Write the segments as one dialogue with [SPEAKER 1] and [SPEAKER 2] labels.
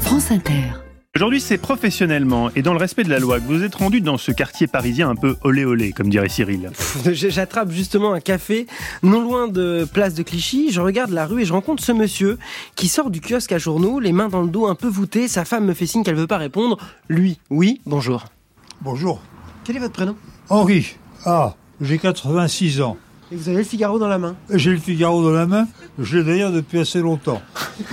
[SPEAKER 1] France Inter.
[SPEAKER 2] Aujourd'hui, c'est professionnellement et dans le respect de la loi que vous êtes rendu dans ce quartier parisien un peu olé olé, comme dirait Cyril.
[SPEAKER 3] Pff, je- J'attrape justement un café non loin de Place de Clichy. Je regarde la rue et je rencontre ce monsieur qui sort du kiosque à journaux, les mains dans le dos, un peu voûté. Sa femme me fait signe qu'elle veut pas répondre. Lui, oui, bonjour.
[SPEAKER 4] Bonjour.
[SPEAKER 3] Quel est votre prénom
[SPEAKER 4] Henri. Ah, j'ai 86 ans.
[SPEAKER 3] Et vous avez le Figaro dans la main.
[SPEAKER 4] J'ai le Figaro dans la main. Je l'ai d'ailleurs depuis assez longtemps.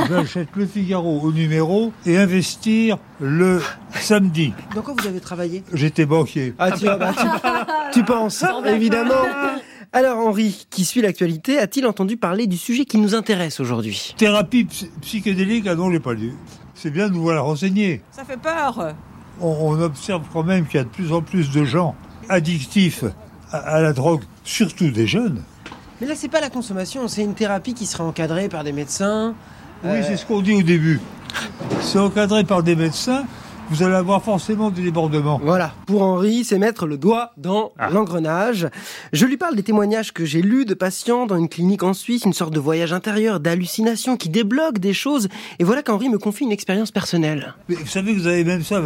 [SPEAKER 4] J'achète le Figaro au numéro et investir le samedi.
[SPEAKER 3] Dans quoi vous avez travaillé
[SPEAKER 4] J'étais banquier.
[SPEAKER 3] Ah tu, vois, bah, tu- tu penses, évidemment. Alors Henri, qui suit l'actualité, a-t-il entendu parler du sujet qui nous intéresse aujourd'hui
[SPEAKER 4] Thérapie psy- psychédélique, ah non, je l'ai pas lu. C'est bien de nous voilà renseignés.
[SPEAKER 5] Ça fait peur.
[SPEAKER 4] On, on observe quand même qu'il y a de plus en plus de gens addictifs à- à la drogue, surtout des jeunes.
[SPEAKER 3] Mais là, c'est pas la consommation, c'est une thérapie qui sera encadrée par des médecins.
[SPEAKER 4] Oui, c'est ce qu'on dit au début. C'est encadré par des médecins, vous allez avoir forcément des débordements.
[SPEAKER 3] Voilà, pour Henri, c'est mettre le doigt dans
[SPEAKER 2] Ah.
[SPEAKER 3] l'engrenage. Je lui parle des témoignages que j'ai lus de patients dans une clinique en Suisse, une sorte de voyage intérieur, d'hallucination qui débloque des choses. Et voilà qu'Henri me confie une expérience personnelle.
[SPEAKER 4] Mais vous savez que vous avez même ça.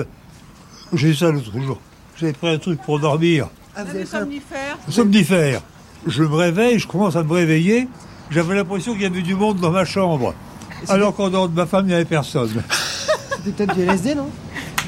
[SPEAKER 4] J'ai eu ça l'autre jour. J'avais pris un truc pour dormir.
[SPEAKER 5] Ah, des somnifères.
[SPEAKER 4] Somnifère. Je me réveille, je commence à me réveiller. J'avais l'impression qu'il y avait du monde dans ma chambre. Alors qu'en dehors de ma femme, il n'y avait personne.
[SPEAKER 3] C'était peut-être du LSD, non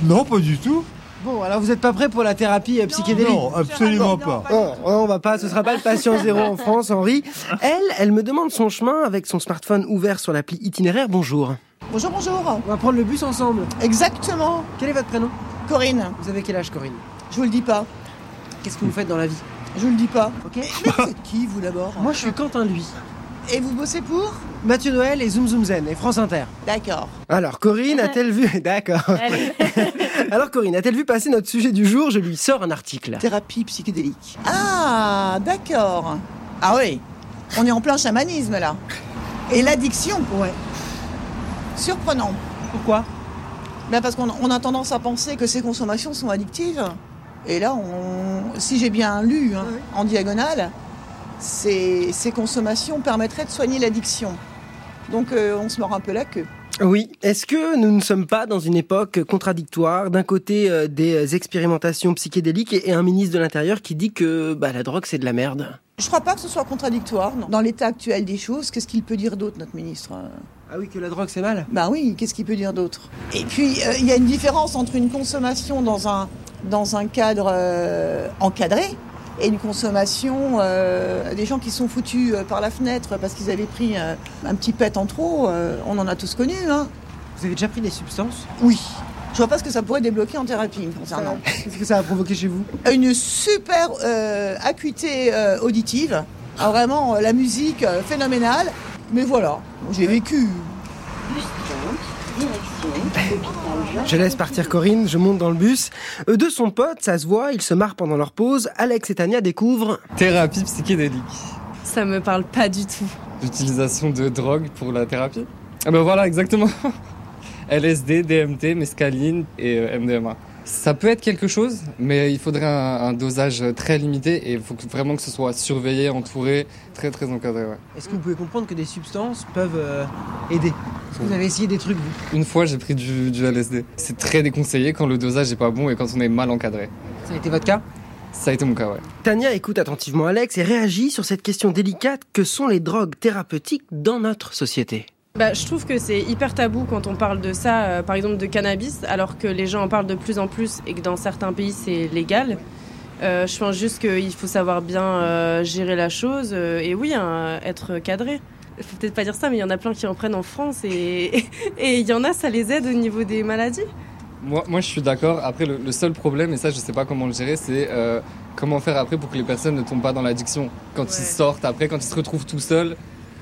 [SPEAKER 4] Non, pas du tout.
[SPEAKER 3] Bon, alors vous n'êtes pas prêt pour la thérapie euh, psychédélique
[SPEAKER 4] Non, absolument
[SPEAKER 5] Géraldine,
[SPEAKER 4] pas.
[SPEAKER 3] Oh, oh, on va pas, ce sera pas le patient zéro en France, Henri. Elle, elle me demande son chemin avec son smartphone ouvert sur l'appli itinéraire. Bonjour.
[SPEAKER 6] Bonjour, bonjour.
[SPEAKER 3] On va prendre le bus ensemble.
[SPEAKER 6] Exactement.
[SPEAKER 3] Quel est votre prénom
[SPEAKER 6] Corinne,
[SPEAKER 3] Vous avez quel âge, Corinne
[SPEAKER 6] je vous le dis pas.
[SPEAKER 3] Qu'est-ce que vous faites dans la vie
[SPEAKER 6] Je vous le dis pas.
[SPEAKER 3] Ok.
[SPEAKER 6] Mais vous êtes qui, vous d'abord
[SPEAKER 3] Moi, je suis Quentin Lui.
[SPEAKER 6] Et vous bossez pour
[SPEAKER 3] Mathieu Noël et Zoom Zoom Zen et France Inter.
[SPEAKER 6] D'accord.
[SPEAKER 3] Alors Corinne a-t-elle vu D'accord. Alors Corinne a-t-elle vu passer notre sujet du jour Je lui sors un article.
[SPEAKER 6] Thérapie psychédélique. Ah, d'accord. Ah oui, on est en plein chamanisme là. Et l'addiction, ouais. Surprenant.
[SPEAKER 3] Pourquoi
[SPEAKER 6] Ben, parce qu'on on a tendance à penser que ces consommations sont addictives. Et là, on- si j'ai bien lu hein, en diagonale, ces, ces consommations permettraient de soigner l'addiction. Donc euh, on se mord un peu la queue.
[SPEAKER 3] Oui. Est-ce que nous ne sommes pas dans une époque contradictoire D'un côté euh, des expérimentations psychédéliques et, et un ministre de l'Intérieur qui dit que bah, la drogue c'est de la merde.
[SPEAKER 6] Je crois pas que ce soit contradictoire. non. Dans l'état actuel des choses, qu'est-ce qu'il peut dire d'autre, notre ministre Euh,
[SPEAKER 3] Ah oui, que la drogue c'est mal.
[SPEAKER 6] Ben oui, qu'est-ce qu'il peut dire d'autre Et puis, euh, il y a une différence entre une consommation dans un, dans un cadre euh, encadré et une consommation euh, des gens qui sont foutus euh, par la fenêtre parce qu'ils avaient pris euh, un petit pet en trop. euh, on en a tous connu, hein
[SPEAKER 3] Vous avez déjà pris des substances
[SPEAKER 6] Oui. Je vois pas ce que ça pourrait débloquer en thérapie, me concernant.
[SPEAKER 3] Qu'est-ce que ça a provoqué chez vous
[SPEAKER 6] une super euh, acuité euh, auditive. Ah, vraiment, euh, la musique euh, phénoménale. Mais voilà, j'ai vécu.
[SPEAKER 3] Je laisse partir Corinne, je monte dans le bus. Euh, Eux deux sont potes, ça se voit, ils se marrent pendant leur pause. Alex et Tania découvrent
[SPEAKER 7] Thérapie psychédélique.
[SPEAKER 5] Ça me parle pas du tout.
[SPEAKER 7] L'utilisation de drogue pour la thérapie. Ah ben voilà, exactement. LSD, DMT, mescaline et euh, MDMA. Ça peut être quelque chose, mais il faudrait un, un dosage très limité et il faut que- vraiment que ce soit surveillé, entouré, très très encadré. ouais.
[SPEAKER 3] Est-ce que vous pouvez comprendre que des substances peuvent euh, aider Est-ce que vous avez essayé des trucs vous
[SPEAKER 7] Une fois, j'ai pris du, du LSD. C'est très déconseillé quand le dosage est pas bon et quand on est mal encadré.
[SPEAKER 3] Ça a été votre cas
[SPEAKER 7] Ça a été mon cas, ouais.
[SPEAKER 3] Tania écoute attentivement Alex et réagit sur cette question délicate que sont les drogues thérapeutiques dans notre société.
[SPEAKER 8] Bah, je trouve que c'est hyper tabou quand on parle de ça, euh, par exemple de cannabis, alors que les gens en parlent de plus en plus et que dans certains pays c'est légal. Euh, je pense juste qu'il faut savoir bien euh, gérer la chose euh, et oui, hein, être cadré. Faut peut-être pas dire ça, mais il y en a plein qui en prennent en France et et il y en a, ça les aide au niveau des maladies.
[SPEAKER 7] Moi, moi, je suis d'accord. Après, le, le seul problème, et ça, je sais pas comment le gérer, c'est euh, comment faire après pour que les personnes ne tombent pas dans l'addiction. Quand
[SPEAKER 8] Ouais.
[SPEAKER 7] ils sortent, après, quand ils se retrouvent tout seuls,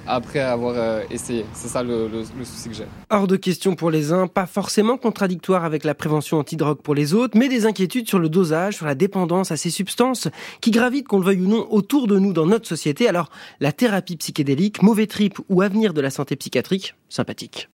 [SPEAKER 7] après avoir euh, essayé. C'est ça le, le- le souci que j'ai.
[SPEAKER 3] Hors de question pour les uns, pas forcément contradictoire avec la prévention antidrogue pour les autres, mais des inquiétudes sur le dosage, sur la dépendance à ces substances qui gravitent, qu'on le veuille ou non, autour de nous dans notre société. Alors, la thérapie psychédélique, mauvais trip ou avenir de la santé psychiatrique, sympathique.